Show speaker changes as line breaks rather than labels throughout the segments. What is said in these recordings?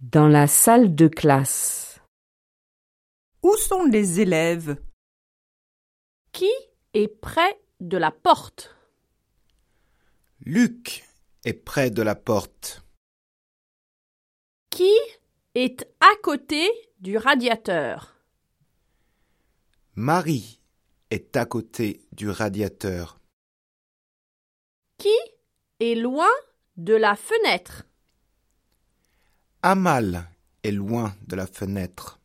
Dans la salle de classe.
Où sont les élèves
Qui est près de la porte
Luc est près de la porte.
Qui est à côté du radiateur
Marie est à côté du radiateur.
Qui est loin de la fenêtre
Amal est loin de la fenêtre.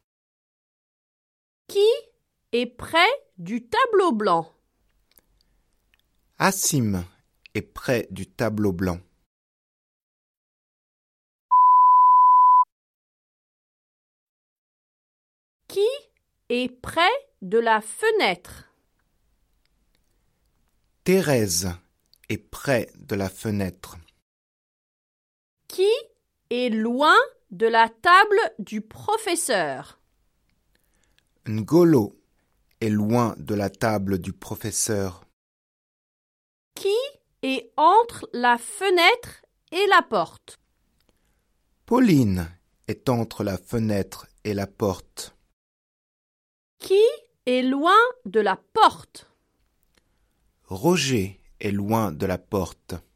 Qui est près du tableau blanc
Assim est près du tableau blanc.
Qui est près de la fenêtre
Thérèse est près de la fenêtre.
Qui est loin de la table du professeur
Ngolo est loin de la table du professeur.
Qui est entre la fenêtre et la porte
Pauline est entre la fenêtre et la porte.
Qui est loin de la porte
Roger est loin de la porte.